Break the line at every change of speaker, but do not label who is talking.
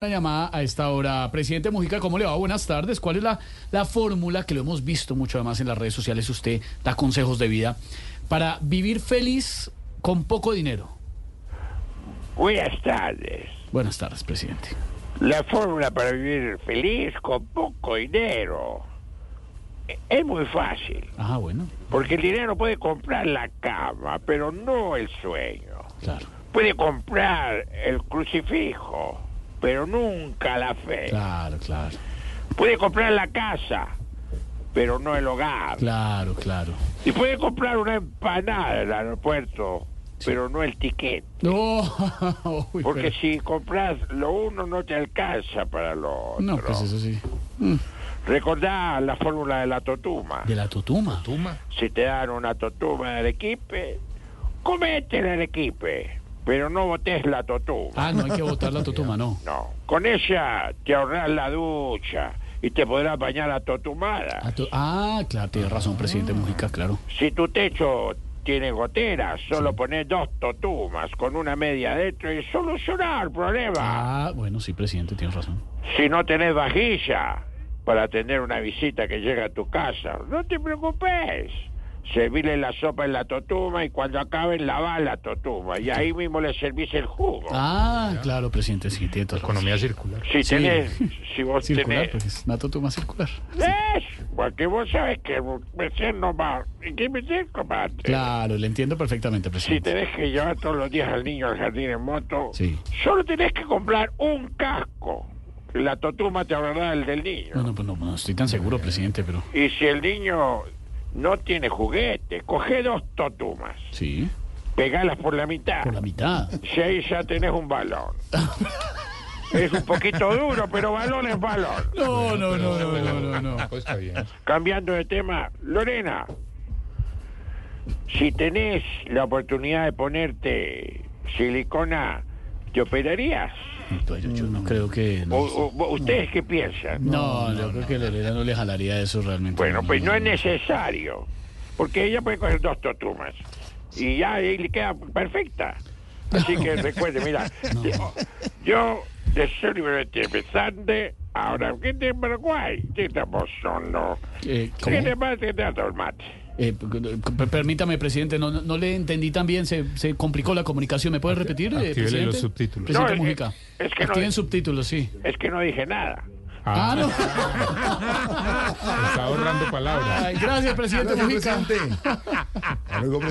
Una llamada a esta hora. Presidente Mujica, ¿cómo le va? Buenas tardes. ¿Cuál es la, la fórmula que lo hemos visto mucho además en las redes sociales? Usted da consejos de vida para vivir feliz con poco dinero.
Buenas tardes.
Buenas tardes, presidente.
La fórmula para vivir feliz con poco dinero es muy fácil,
Ah, bueno,
porque el dinero puede comprar la cama, pero no el sueño.
claro.
Puede comprar el crucifijo, pero nunca la fe.
Claro, claro.
Puede comprar la casa, pero no el hogar.
Claro, claro.
Y puede comprar una empanada en el aeropuerto, pero no el ticket.
No, uy,
Porque
pero-
si compras lo uno no te alcanza para lo otro.
No, pues eso sí.
Recordá la fórmula de la totuma.
De la tutuma.
Si te dan una totuma de Arequipe, comete la Arequipe, pero no botes la totuma.
Ah, no hay que botar la tutuma, no.
No. Con ella te ahorrás la ducha y te podrás bañar a
Ah,
totumada.
tu- Ah, claro, tiene razón, presidente Mujica, claro.
Si tu techo tiene goteras, solo pones dos totumas con una media adentro y solucionar el problema.
Ah, bueno, sí, presidente, tiene razón.
Si no tenés vajilla para atender una visita que llega a tu casa, no te preocupes. Servile la sopa en la totuma y cuando acaben lavá la totuma y ahí mismo le servís el jugo.
Ah, claro, presidente, sí, tiene toda la razón.
Economía circular.
si
sí.
tenés, si vos
Circular,
tenés...
pues es una totuma circular.
¿Ves? Porque vos sabés que meter nomás, y que meter combate.
Claro, le entiendo perfectamente,
Si
presidente.
tenés que llevar todos los días al niño al jardín en moto,
Sí.
solo tenés que comprar un casco. La totuma te ahorrará el del niño.
Bueno, pues no, no estoy tan seguro, presidente, pero
Y si el niño no tiene juguete, coge dos totumas,
sí,
pegalas por la mitad,
por la mitad.
si ahí ya tenés un balón. es un poquito duro, pero balón es balón.
No, no, no, no, no, no, no.
Pues está bien.
Cambiando de tema, Lorena, si tenés la oportunidad de ponerte silicona, ¿te operarías?
Yo, yo no creo que.
¿O,
No,
o- ¿Ustedes qué piensan?
Mm. no, yo creo que Lorena no le jalaría eso realmente. Eh,
Bueno, pues no es necesario, porque ella puede coger dos totumas y ya ahí le queda perfecta. Así que recuerde, mira, yo- yo de Silvestre empezante, ahora ¿qué te Paraguay? ¿Qué estamos solo?
Eh, ¿cómo?
¿Qué te pasa que te ata el mate?
Eh, p- p- permítame, presidente, no, no- no le entendí tan bien, se, se complicó la comunicación. ¿Me puede repetir? eh,
Actívele
presidente?
los subtítulos.
Presidente
No, es que-
Mujica.
es que no-
Activen subtítulos, sí.
Es que no dije nada.
Ah, no.
Está ahorrando palabras.
Ay, gracias, presidente Mujica.
presidente. Hasta luego, presidente.